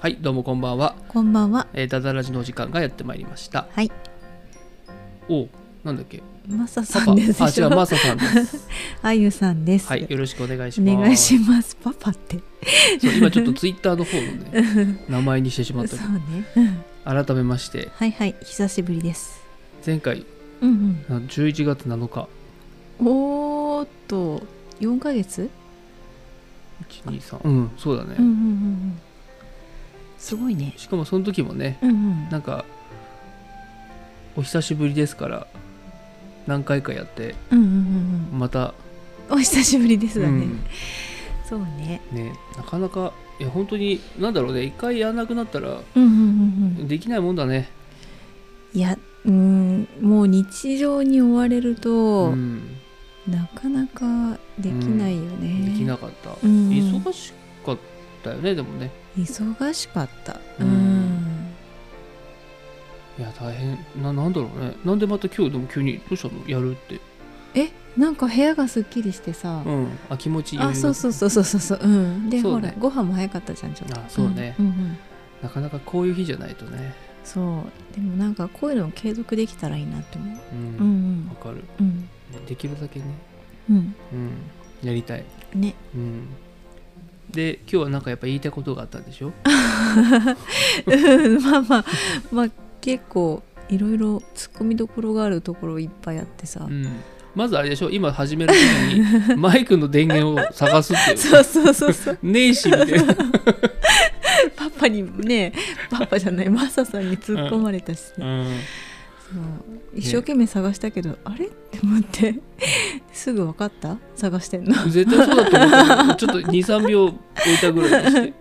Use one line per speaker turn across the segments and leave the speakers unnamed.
はいどうもこんばんは、
こんばんは。
えー、ダダラジのお時間がやってまいりました
はい、
おうなんだっけ
マサ
パ
さ
パ
んです
あ
でし
違
ょ
うマーサさんです
あゆさんです。
はいよろしくお願いし
お
ます
願いします。パパって。
そう今ちょっとツイッターの方のね 名前にしてしまった
そ
け
うね。うん
ど改めまして
はいはい、久しぶりです。
前回
うん
あ11月7日
うん。おーっと、四ヶ月？
123うんそうだね、
うんうんうんうん。すごいね。
しかもその時もね
うんうん。
なんかお久しぶりですから何回かやって
うんうんうん
また、
うん。お久しぶりですだ
う
ね。
ん
そうね。
ねなかなかいや本当になんだろうね一回やらなくなったら
うんうんうんうん。
できないもんだね
いや、うん、もう日常に追われると、
ん、
なかなかできないよね。
できなかった、
うん
忙しかったよねでもね
忙しかった。
う
うんん。
いや大変ななんだろうねなんでまた今日でも急にどうしたのやるって
えなんか部屋がすっきりしてさ、
うんあ気持ちいい
あそうそうそうそうそうそううんで、
そう
ほ
ね
らご飯も早かったじゃんちょっと
あそうね
うんうんうん
なかなかこういう日じゃないとね
そうでもなんかこういうのを継続できたらいいなって思う
う
うん
わ、
ん
かる
うんうん
できるだけね
うん
うんやりたい
ね
うんで今日はなんかやっぱ言いたいことがあったんでしょ
うんまあまあまあ結構いろいろ突っ込みどころがあるところいっぱいあってさ、
うんまずあれでしょ今始める時 にマイクの電源を探すっていう
そうそうそうそう
ねえしみたいな
パパにねパパじゃないマサさんに突っ込まれたし、ね
うん
そう一生懸命探したけど、あれって思って すぐ分かった探してんの
絶対そうだと思ったけどちょっと23秒置いたぐらいにして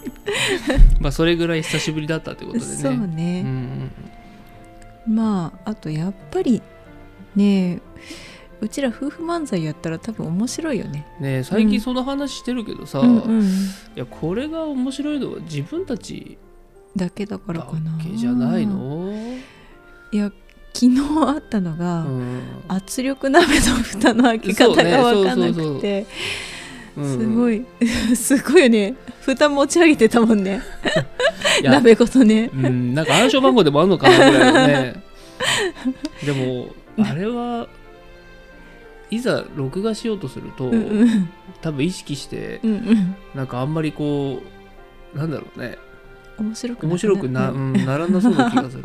まあそれぐらい久しぶりだったってことでね
そう
う
ね、
ん
まああとやっぱりねうちら夫婦漫才やったら多分面白いよね
うんねえ最近その話してるけどさ、
うん
い
うん
やこれが面白いのは自分たち
だけだから
だ
かな
けじゃないの、
いや昨日あったの
う
が、
ん
圧力鍋の蓋の開け方
そうね
が分かんな
そうそう
くて
うん
すごいすごい よね蓋持ち上げてたもんね
いや
鍋ごとね
うんなんか暗証番号でもあるのかなぐらいの ねでもあれはいざ録画しようとすると、
うんうん
多分意識して
うん
なんかあんまりこうなんだろうね
うん面白くなく
面白くな,、うん、ならなそうな気がする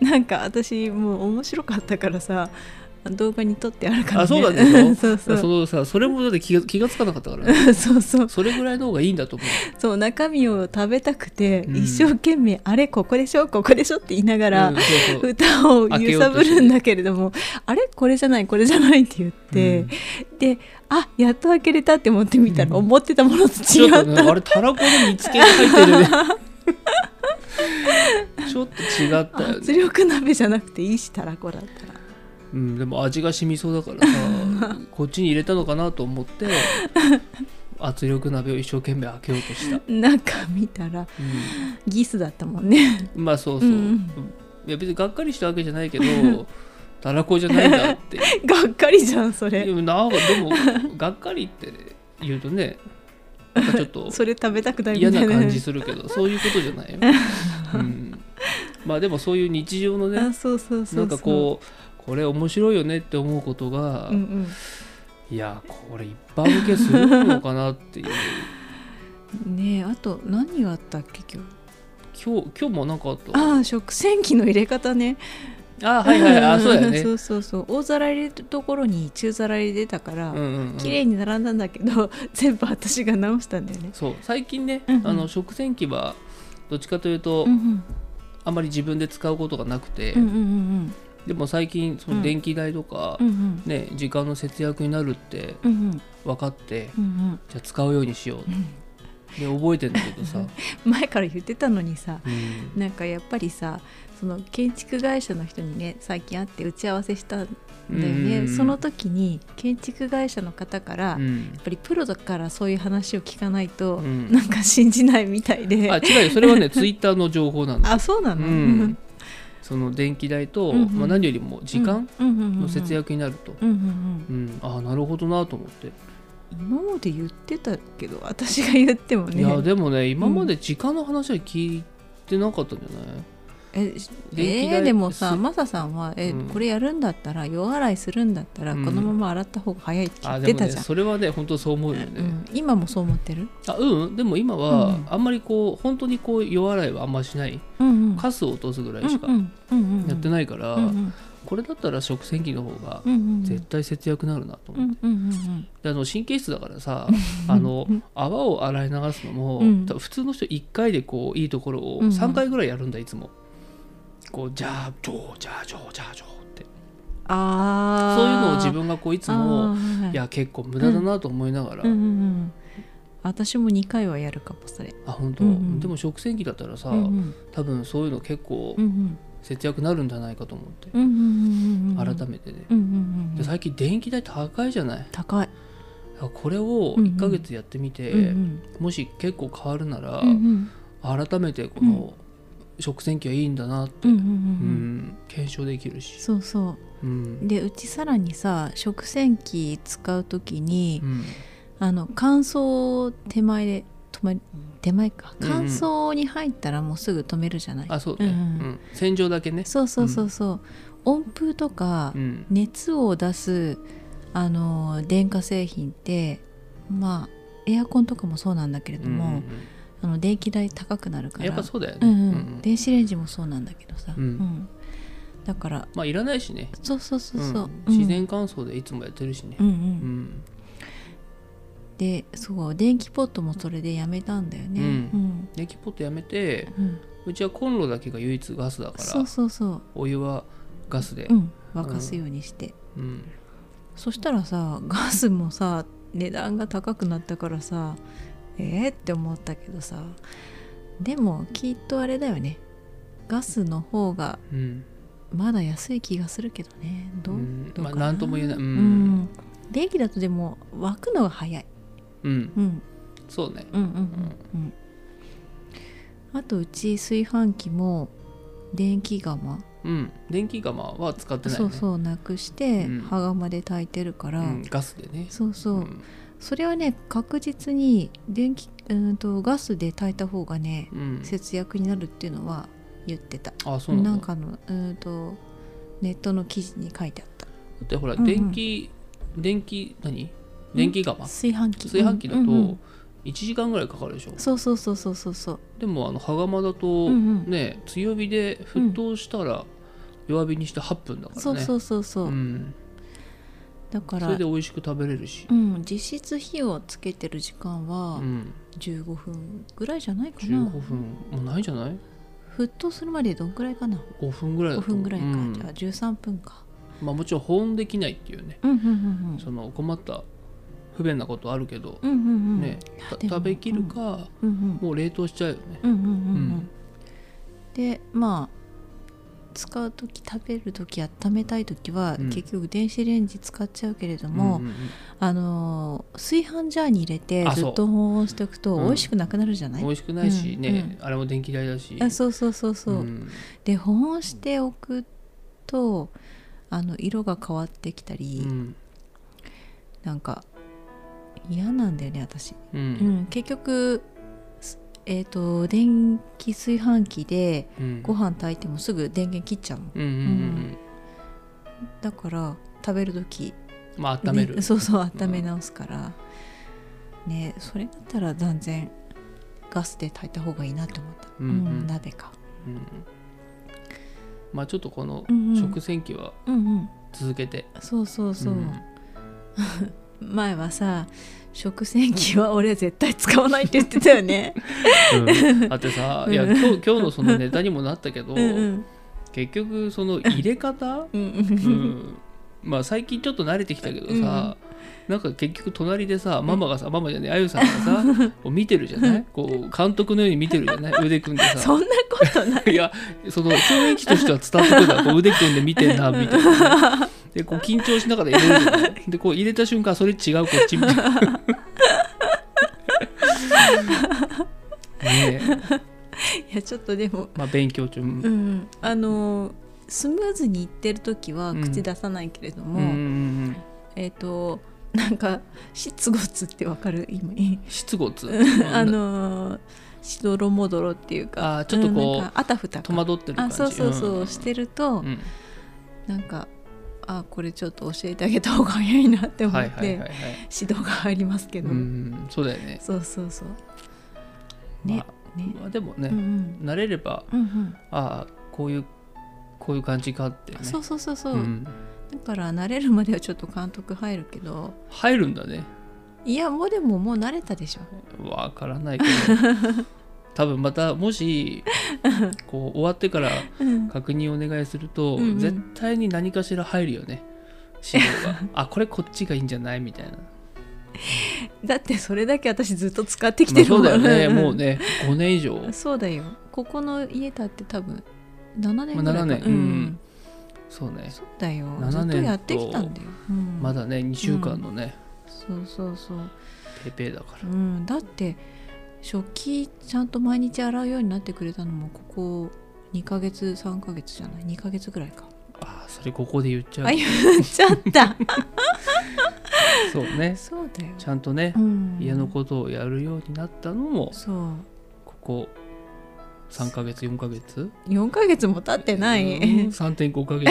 なんか私もう面白かったからさ動画に撮ってあるから、ね、
あそうなんでしょ
そうそ
そうのさそれもだって気が気がつかなかったからね
そうそう
それぐらいの方がいいんだと思
そう中身を食べたくて、
うん
一生懸命あれここでしょここでしょって言いなが
う、
ら、
うんそうそう
歌を
開け
揺
よう
さ
と
ぶ
して
るんだけれどもあれこれじゃないこれじゃないって言って、
うん
であやっと開けれたって思ってみたら、
うん
思ってたものと
ちょ
違
っ
っ
と
た、
ねあれたらこの煮付けが入ってる ねちょっと違ったよ
圧
ね、
力鍋じゃなくていいしたらこだったら
うん、でも味が染みそうだ からさこっちに入れたのかなと思って圧力鍋を一生懸命開けようとした、
中見たら
う
ギスだったもんね
ん、まあそうそう、
うん
いや別にがっかりしたわけじゃない けどたらこじゃないんだって
がっかりじゃんそ
で
れ
もなんかでもがっかりって言うとねなんかちょっと
それ食べたくないみた
嫌
いな
な感じするけどそういうことじゃないよ、うん、まあでもそういう日常のね
あそうそうそうそう
なんかこうこれ面白いよねって思うことが、
うんうん
いやこれ一般受けするのかなっていう
ねえあと何があったっけ今日
今日今日もなんかあった
ああ食洗機の入れ方ね
あはいはいあそうだよね
そうそうそう大皿入れるところに中皿入れてたから、
うんうんうん
綺麗に並んだんだけど 全部私が直したんだよね
そう最近ね、
うんうん
あの食洗機はどっちかというと、
うんうん
あんまり自分で使うことがなくて、
うんうんうん
でも最近その電気代とか、
うんうん
ね、時間の節約になるって
うんうん
分かって
うん
じゃあ使うようにしようで覚えてんだけどさ、
うん前から言ってたのにさ
うん
なんかやっぱりさその建築会社の人にね最近会って打ち合わせしたんだよね、
うん
その時に建築会社の方から、
う
や
ん
っぱりプロだからそういう話を聞かないと、
うん
なんか信じないみたいで
あ
あ
違うよそれはねツイッターの情報 なんだ、
そうな
う
の、
ん、その電気代と、
うんうん
まあ、何よりも時間
うんうんうんうん
の節約になると、
うんうんうん
うんあなるほどなと思って
今まで言ってたけど私が言っても
いや
ね
でもね今まで時間の話は聞いてなかったんじゃない、
えしえ
電気代
ーでもさ
す
マサさんはえ、
うん
これやるんだったら夜洗いするんだったら、
うん
このまま洗った方が早いって言
あ
って
でも
た
ね
じゃん、
それはね本当そう思うよね、
うん、今もそう思ってる、
あうんでも今は
うん
あんまりこう本当にこう夜洗いはあんましない
うんうん、
カスを落とすぐらいしか
うんうんうんうん、
やってないから、
うんうん
これだったら食洗機の方が
うんうんうん
絶対節約になるなと
う
思って、
んうんうん
であの神経質だからさあの泡を洗い流すのも、
うん
多分普通の人1回でこういいところを
うん
3回ぐらいやるんだいつも、こうジャージョージャージョージャージョーって
ああ
そういうのを自分がこういつも
も
いや結構無駄だなと思いながら、
うんうんうん私も2回はやるかもそれ
あ本当、
うんうん
でも食洗機だったらさ、
うんうん
多分そういうの結構
うんうん
節約になるんじゃないかと思って、
うんうんうんうん
改めてね、
うんうんうんう
で
ん
最近電気代高いじゃないだ
高い
からこれを
うんうん
1ヶ月やってみて、
うんうん
もし結構変わるなら、
うんうん
改めてこの食洗機はいいんだなって、
う
うん
うんんうん
検証できる
うん
し、
そうそううんでうちさらにさ食洗機使う時に
うん
あの乾燥を手前で止め手前か
うんうん
乾燥に入ったらもうすぐ止めるじゃない
あそうね、う
うんんうん
洗浄だけね、
そうそうそうそう温風とか
うん、
熱を出すあの電化製品ってまあエアコンとかもそうなんだけれど
うん
も、
うん
あの電気代高くなるか
うん
ら
やっぱそうだよね、
うんうん
うんうん
電子レンジもそうなんだけどさ、
うん
うんだから
まあいらないしね
そうそうそうそう、
ん
うん
自然乾燥でいつもやってるしね、
うんうん
うん
でそう電気ポットもそれでやめたんだよね、
う
うん
電気ポットやめて
うん
うちはコンロだけが唯一ガスだから
そうそうそう、
お湯はガスで、
うん、沸かすようにして、
うん
そしたらさガスもさ値段が高くなったからさえー、って思ったけどさでもきっとあれだよねガスの方が
うん
まだ安い気がするけどねどう,、
うん
どうかな、
まあなんとも言えないうん
うん電気だとでも沸くのが早い、
うん
うん、
そうね
うんうんうんうんあとうち炊飯器も電気釜、
うん電気釜は使ってない
そ
ね
うそうなくして、
うん
羽釜で炊いてるから、
うんガスでね
そうそう、
ん
それはね確実に電気うーんとガスで炊いた方がね
うん
節約になるっていうのは言ってた、
あそうなんだ
なんかのうーんとネットの記事に書いてあった
だってほら
うんうん
電気電気何電気釜
炊飯器
炊飯器だ
うんうんう
と
ん
1時間ぐらいかかるでしょ
そうそうそうそうそうそう
でもあの羽釜だと
うんうん
ね強火で沸騰したら弱火にして8分だからね
そうそうそうそう、
うん
だか
そ
ら
れで美味しく食べれるし
うん、実質火をつけてる時間
う
は
ん
15分ぐらいじゃないかな、
15分もうないじゃない
沸騰するまでどんぐらいかな
5分ぐらいだ
5
と思
分
う
ぐらいか、
うん
じゃあ13分か
まあもちろん保温できないっていうね
うんうんうん
その困った不便なことあるけど
うんうんうんうん
ねた
でも
食べきるか
うんうん
もう冷凍しちゃうよね
うんうんうんうん
うん
でまあ使う時食べる時温めたい時は、
うん
結局電子レンジ使っちゃうけれど
うん
も、
うんうん
あのー炊飯ジャーに入れて
あ
ずっ
そ
と保温しておくと
うん
美味しくなくなるじゃない、
美味しくないし
うん
ねあれも電気代だし
あそうそうそうそう、
ん
で保温しておくとあの色が変わってきたり、
うん
なんか嫌なんだよね私、
う
うんん、結局すえっ、と電気炊飯器で
うん
ご飯炊いてもすぐ電源切っちゃうの
うんうんうんうん
だから食べる時
まあ温める
ね そうそう温め直すから、ねそれだったら断然ガスで炊いた方がいいなと思った、
うんうん
うん鍋か
うんまあちょっとこの
うんうん
食洗機は
うんうん
続けて
そうそうそう、
ん
前はさ食洗機は俺絶対使わないって言ってた よね
うんだってさいや
う
今日今日のそのネタにもなったけど
うんうん
結局その入れ方
うん
う
うん
んまあ最近ちょっと慣れてきたけどさ、なんか結局隣でさママがさママじゃねえあゆさんが さこう見てるじゃないこう監督のように見てるじゃない腕組んでさ
そんなこ とない
いやその雰囲気としては伝わってくるなこう腕組んで見てんなみたいな、ね、でこう緊張しながら入れるじゃないでこう入れた瞬間それ違うこっちみ たいなねえ
いやちょっとでも
まあ勉強中
うんうんあのースムーズにいってる時は口出さないけれど
うんう
も、
ん
えっ、となんか湿つってわかる今
湿骨
あのー、しどろもどろっていうか
あーちょっとこう
うんなんかあたふた
戸惑ってる感
あ
じ
そうそうそう、
ん
してると、
うん
なんかあこれちょっと教えてあげた方が早いなって思っ
はい
て、
はいはいはい
指導が入りますけど、
うんそうだよね
そうそうそうね、
ま
ね、
まあでも
うんう
ね、
ん
慣れれば
うんうん
ああこういうこういう感じかってね
そうそうそうそう、
うん
だから慣れるまではちょっと監督入るけど
入るんだね
いやもうでももう慣れたでしょ
わからないけど 多分またもしこう終わってから
うん
確認お願いすると、
うんうん
絶対に何かしら入るよね指導が あこれこっちがいいんじゃないみたいな
だってそれだけ私ずっと使ってきてる
まあそうだよね
ん
もうね5年以上
そうだよここの家だって多分7年ぐらいかな、
まあ7年
うん、
うんそうね
そうだよ
7
ずっと
年
やってきたんだよ、うん
まだね2週間のね、
そうそうそう
ペーペーだから
うん、だって食器ちゃんと毎日洗うようになってくれたのもここ2ヶ月3ヶ月じゃない2ヶ月ぐらいか
あーそれここで言っちゃう
あ言っちゃった
そうね
そうだよ、
ちゃんとね
う、ん、
家のことをやるようになったのも
そう
ここ3ヶ月4ヶ月
4ヶ月も経ってない、
うん3.5ヶ 月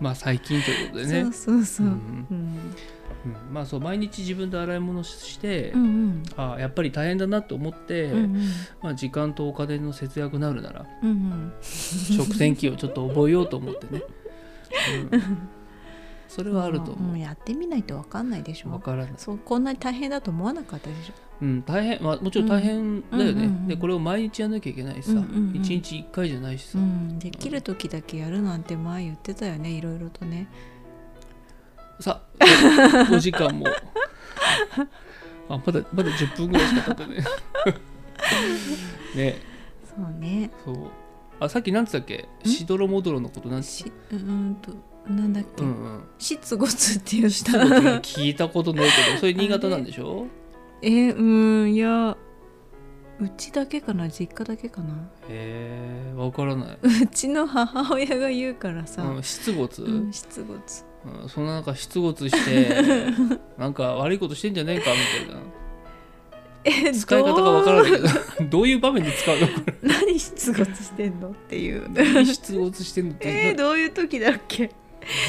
まあ最近ということでね
そうそうそう、
う
うん
ん
うん
うんまあそう毎日自分で洗い物しして、
うんうん
あやっぱり大変だなと思って、
うんうん
まあ、時間とお金の節約なるな ら
うんうん
食洗機をちょっと覚えようと思ってね、うんそれはあると
う
思
んやってみないとわかんないでし
うわ
ょ
からない、
そうこんなに大変だと思わなかったでしょ
うん、大変、まあ、もちろん大変だよね、
うんうんうんうん
でこれを毎日やんなきゃいけないしさ、
う
一
んうんうん
1日1回じゃないしさ、
うん、できる時だけやるなんて前言ってたよねいろいろとね
さあお時間 もあまだまだ10分ぐらいしか経ってないね
そうね
そうあさっきなんつったっけしどろもどろのことなんつ
しうーんとなんだっけ、
うんうん
しつごつっていう
ちょっと違う
下
聞いたことないけどそれ新潟なんでしょ
えーうーんいやうちだけかな実家だけかな
へえわからないう
ちの母親が言うからさ、
うん出没、
う
うん
ん、しつご つ
そんななんか出没して なんか悪いことしてんじゃねえかみたいな
え
使い方がわからない
どう
けどどういう場面で使うのこ
何しつごつしてんのってい う
れ出没してんのって、
えー、どういう時だっけ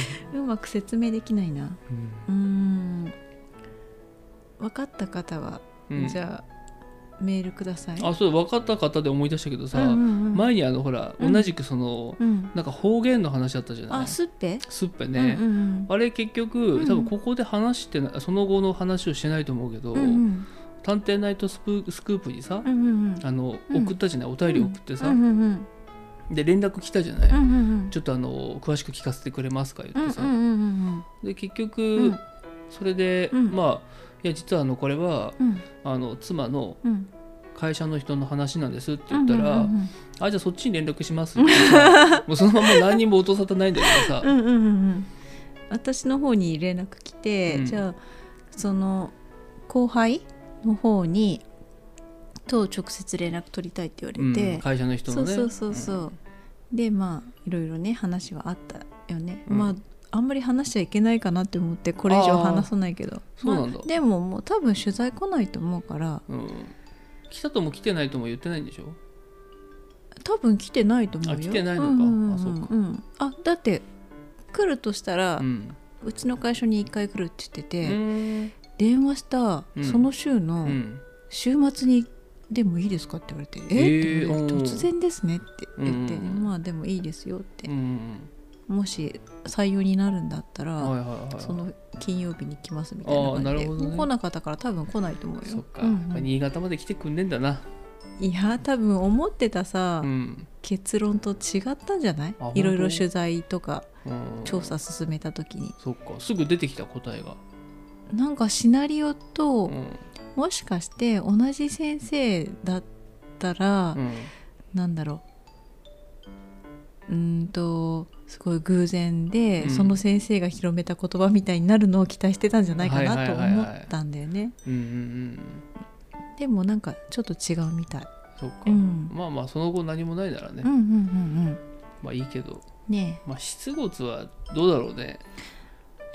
うまく説明できないなうーん分かった方は、
うんうん
じゃあメールください
あそう分かった方で思い出したけどさ、
うんうんうん
前にあのほら、
うん
同じくその
うん、
なんか方言の話あったじゃな
あ
い
すっぺ
すっぺ
うん
ね、
うんうん
あれ結
う
局
ん
多分ここで話してなその後の話をしてないと思うけど「
うんうん
探偵ナイトスプスクープ」にさ、
うんうんうん
あの
うん
送ったじゃないお便り送ってさ、
うんうんうん
で連絡来たじゃない、
うんうんうん
ちょっとあの詳しく聞かせてくれますか言ってさ、
うんうんうん
で結局、
うん
それで、
うん
まあいや実はあのこれは
うん
あの妻の
うんうん
会社の人の話なんですって言ったら「
うん
あじゃあそっちに連絡します」って言って さもうそのまま何にも音沙汰ないんだけどさ、
うんうんうんうん私の方に連絡来て、
うん
じゃあその後輩の方にと直接連絡取りたいって言わ
うん
れて、
会社の人
そ
の
う
ね
そうそうそう、でまあいろいろね話はあったよね、
うん
まああんまり話しちゃいけないかなって思ってこれ以上話さないけど
そうなんだ
まあでももう多分取材来ないと思うから
うん、うん来たとも来てないとも言ってないんでしょ
多分来てないと思うよ
あ来てないのか
うんうんうん
あそうか
うんあだって来るとしたら、
う
うんちの会社に1回来るって言って
う
て、
ん
電話した
うん
その週
う
の
ん
週末にでもいいですかって言われて、え
えー
って思って
うん
突然ですねって言って、
うんうんうん
まあでもいいですよって
う、ん
もし採用になるんだったら、
はいはいはい
その金曜日に来ますみたいな感じ
あーな
で
るほどね
来なかったから多分来ないと思うよ
そっか、
うんうん
やっぱ新潟まで来てくんねんだな、
いや多分思ってたさ、
うん
結論と違ったんじゃない
あ
いろい
本
ろ
当
取材とか
うん
調査進めた時に
そっかすぐ出てきた答えが、
なんかシナリオと、
うん
もしかして同じ先生だったら、
うん
なんだろううーんとすごい偶然で、
うん
その先生が広めた言葉みたいになるのを期待してたんじゃないかなと
はいはいはい
思
はい
ったんだよね、
うんうんうん
でもなんかちょっと違うみたい、
そっか、
うん、
まあまあその後何もないならね、
うんうんうんうん
まあいいけど
ね
まあ出没はどうだろうね
え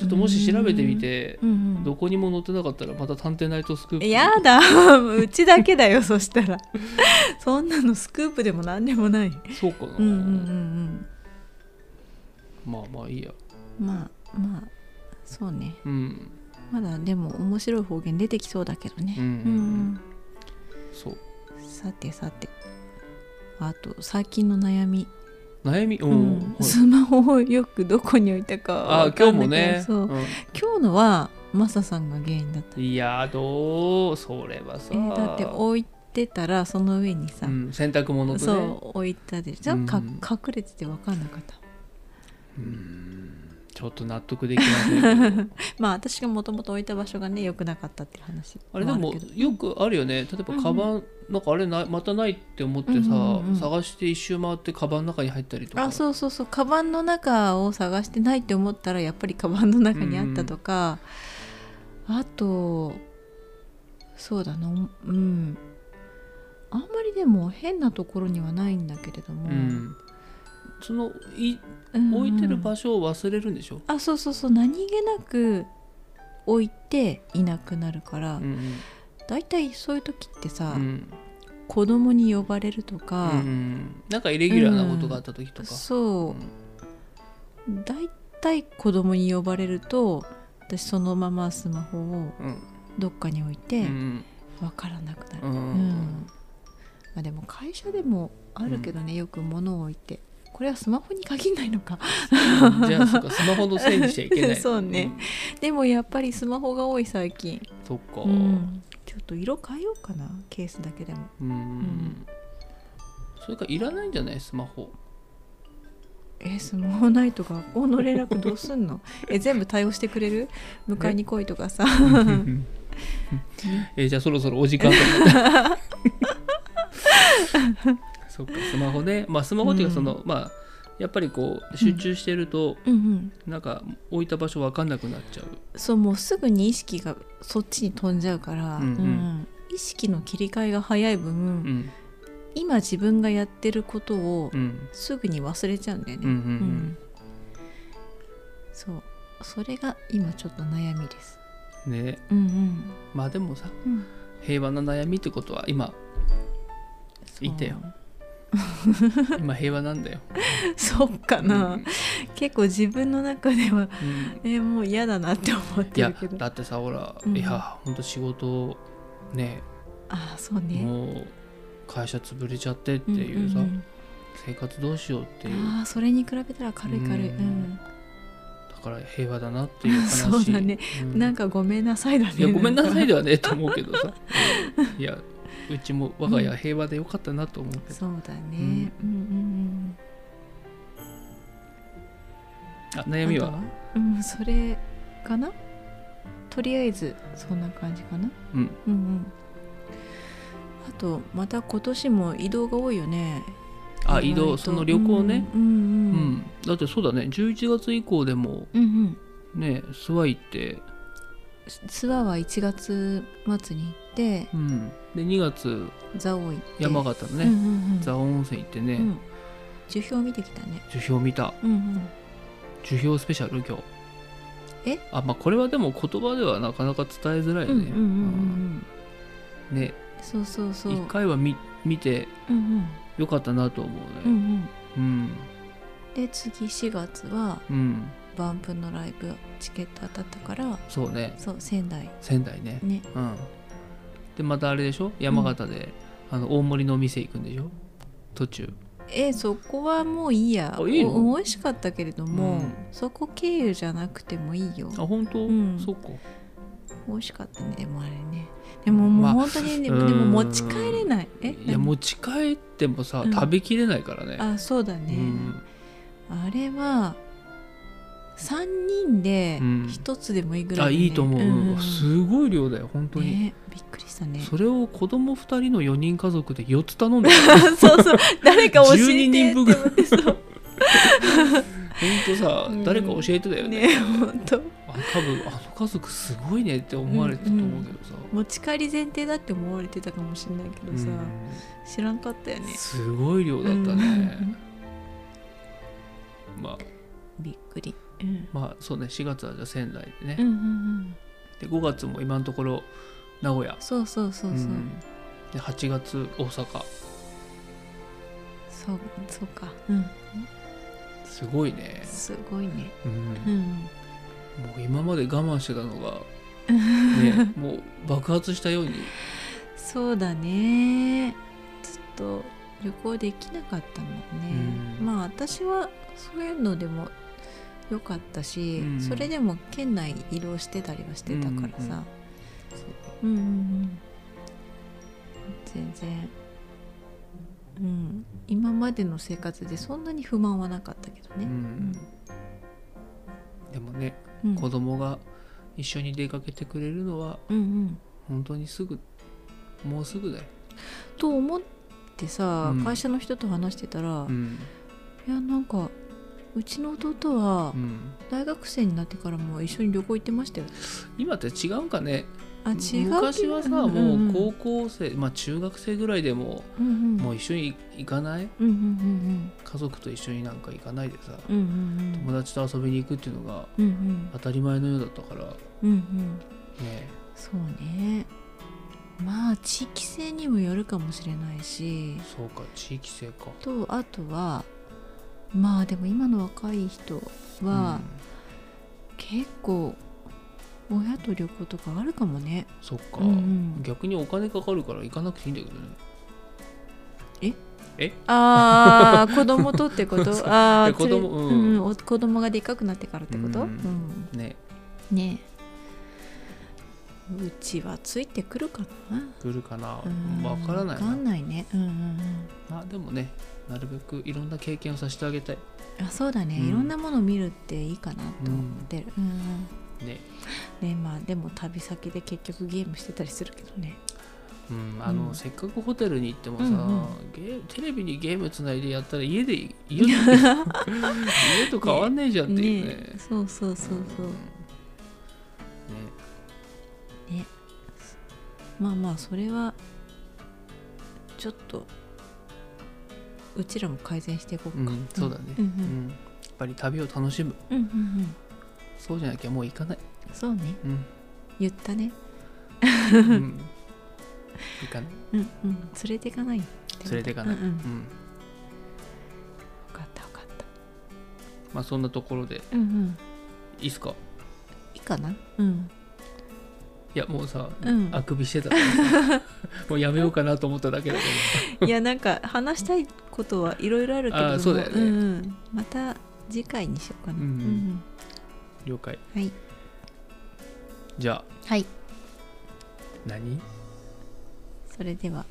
ちょっともし調べてみて
うんうん
どこにも載ってなかったらまた「探偵ナイトスクープ」
やだ うちだけ だよそしたらそんなのスクープでも何で もない
そうかな、
うんうんうん
まあまあいいや
うんまあまあそうね
うん
まだでも面白い方言出てきそうだけどね
うんうんそう
うんさてさてあと最近の悩み、
悩みう、
うんん
はい
スマホをよくどこに置いたか
あ
わ
ー今
か
日
んな
も
くなる
ね
そう、今日のはマサさんが原因だった、
うんいやーどうそれはさ、
えーだって置いてたらその上にさ、
うん、洗濯物とね
そう置いたでじゃあか
うん
隠れてて分かんなかった
うんちょっと納得できませんけど
まあ私がもともと置いた場所がね良くなかったっていう話
あれでも
あるけど
よくあるよね例えばカバン、なんかあれなまたないって思ってさ、
うんうんうん
探して一周回ってカバンの中に入ったりとか
あそうそうそうカバンの中を探してないって思ったらやっぱりカバンの中にあったとか、あとそうだなうんあんまりでも変なところにはないんだけれども、
うんそのい
うん
置いてる場
所
所を忘れるんでしょ、
あそうそうそう何気なく置いていなくなるから、
うんうん
だいたいそういう時ってさ、
うん
子供に呼ばれると
う
か、
ん、なんかイレギュラーなことがあった時とか、
そううん大体子供に呼ばれると私そのままスマホを
うん
どっかに置いて
うん
わからなくなる、
うん
うんまあ、でも会社でもあるけどね、よく物を置いてこれはスマホに限らないのか
じゃあそっかスマホのせいにしちゃいけない
そうね、でもやっぱりスマホが多い最
う
近、
んそっか
う
うん、
ん、ちょっと色変えようかなケースだけでもん
それかいらないんじゃないスマ ホ
えスマホないと学校の連絡どうすん のえ全部対応してくれる迎えに来いとかさ
えーじゃあそろそろお時間と思って そっかスマホねまあスマホっていうかその、まあやっぱりこう集中してると、
うんうん
なんか置いた場所わかんなくなっちゃう
そうもうすぐに意識がそっちに飛んじゃうから、
うんうん
意識の切り替えが早い分、
うん
今自分がやってることを
うん
すぐに忘れちゃうんだよね。
うんうんうん
うんそうそれが今ちょっと悩みです。
ね
うんうん
まあでもさ
うん、
平和な悩みってことは 今
そう
いたよ今平和なんだ よ、
そうか
うん
な、結構自分の中では
うん
えもう嫌だなって思っ
い
て
や
るけど
だってさほら、
うん
いやほんと仕事ね
あそうね。
もう会社潰れちゃってっていうさ、
んん
生活どうしようって
う
い
ん
う
あーそれに比べたら軽い軽い。
うん
うん
だから平和だなっていう話
そうだね、
うん
なんかごめんなさいだね。
いやごめんなさいではねえと思うけど さうんいやうちも我が家平和でよかったなと思うけど、
そうだね。うんうん
あ
うん。
悩み
あと
は
うん、それかなとりあえずそんな感じかな。
うん
うんうん。あと、また今年も移動が多いよね。
あ移
意外と
動その旅行ね、。
うん
うん
うん。
だってそうだね11月以降でも
うんうん。
ねスワイって、
ツアーは1月末に行って、
うん、で2月
蔵王行って。
山形の
ね。
ね、
うんうんうん。
蔵王温泉行ってね、
うん。樹氷見てきたね。
樹氷見た
うんうん。
樹氷スペシャル今日
え
あまあこれはでも言葉ではなかなか伝えづらい
うん
よ
うんう
ね、
んうん
うんね
うん。そうそうそう。
一回は見見て
うんうん。
よかったなと思
う
うんねう
うん。
ん
で次4月は
うん、
バンプのライブチケット当たったから
そうね
そう仙台
仙台ね
ね
うんでまたあれでしょ山形で、あの大盛りのお店行くんでしょ途中
えそこはもういいや
あいいの
お美味しかったけれども、
うん
そこ経由じゃなくてもいいよ
あ本当、
うん
そっか
美味しかったねでもあれねでもも
ま
う
あ
本当にね、
うん
でも持ち帰れないえ
いや
何
持ち帰ってもさ、
うん
食べきれないからね
あそうだ
う
ね、
ん
あれは3人で
うん
1つでもいいぐらい、
あ
ね
いいと思う、
ん
うんすごい量だよ本当に、
ねびっくりしたね
それを子供2人の4人家族で4つ頼んで
そうそう誰 か教えて
12人分ぐらい
って思ってそう
本当さ、
うん
誰か教えてたよね
ね本当
あ多分あの家族すごいねって思われてたと思うけどさ、
持ち帰り前提だって思われてたかもしれないけどさ、知らんかったよ
うん
ね
すごい量だったね、まあ
びっくりうん
まあそうね4月はじゃあ仙台でね、
うんうんうん
で5月も今のところ名古屋
そうそうそうそう、
うんで8月大阪
そうそうかうん
すごいね、
すごいね
うん
うん
もう今まで我慢してたの が、ね、もう爆発したように
そうだねちょっと旅行できなかったもんね、
うん
まあ私はそういうのでも良かったし、
うん
それでも県内移動してたりはしてたからさうんうんうん全然うん今までの生活でそんなに不満はなかったけど
う
ね、
んでもね
うん、
子供が一緒に出かけてくれるのは
うんうん
本当にすぐもうすぐだよ、
と思ってさ、
うん
会社の人と話してたら、
うん
いやなんかうちの弟は
うん
大学生になってからも一緒に旅行行ってましたよ
今って違うんかね
あ違う
昔はさ、
んん
もう高校生、まあ、中学生ぐらいでも、
うんうん
もう一緒に行かない
うんうん
家族と一緒になんか行かないでさ、
うんうんうん
友達と遊びに行くっていうのが
うんうん
当たり前のようだったから
うんうん
ね
そうねまあ地域性にもよるかもしれないし
そうか地域性か
とあとはまあでも今の若い人は結構親と旅行とかあるかもね
うんそっか、
うんうん
逆にお金かかるから行かなくていいんだけどね
あ あ子供とってこと
そうい
ああ
や子供うん
お子供がでかくなってからってこと、
う
うんん
ね
ねえうちはついてくるかな
来るかな
うん
わからない
わか
なん
ないねうんうんう
まあでもねなるべくいろんな経験をさせてあげたい
んあそうだね、
うん
いろんなもの見るっていいかなと思ってる、うん
ね
うんねまあでも旅先で結局ゲームしてたりするけどね
うんあの、
うん
せっかくホテルに行ってもさ、
うんうん
ゲーテレビにゲームつないでやったら家で家で家 と変わんねえじゃんっていうね
ねえそうそうそうそう、
んね
まあまあそれはちょっとうちらも改善していこう
う
か、
ん、そうだね、
う
うん
んう
んやっぱり旅を楽しむ
うんうんうん
そうじゃなきゃもう行かない、
そうね
うん
言ったね
うん、行かない
うんうん連れていかないよ
連れていかない、
うんうん
う
分
ん
かった分かった
まあそんなところで
うんうん
いいっすか
いいかなうん
いやもうさ、
うん
あくびしてた からさもうやめようかなと思っただけだけ
いやなんか話したいことはいろいろあるけれど
あー
も
そうだよね
んうん、また次回にしようかな
うんうん
ん
ど了解
うんはい
じゃあ
はい
何
それでは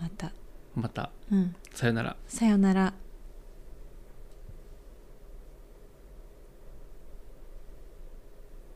また
また
うん
さよなら
さよなら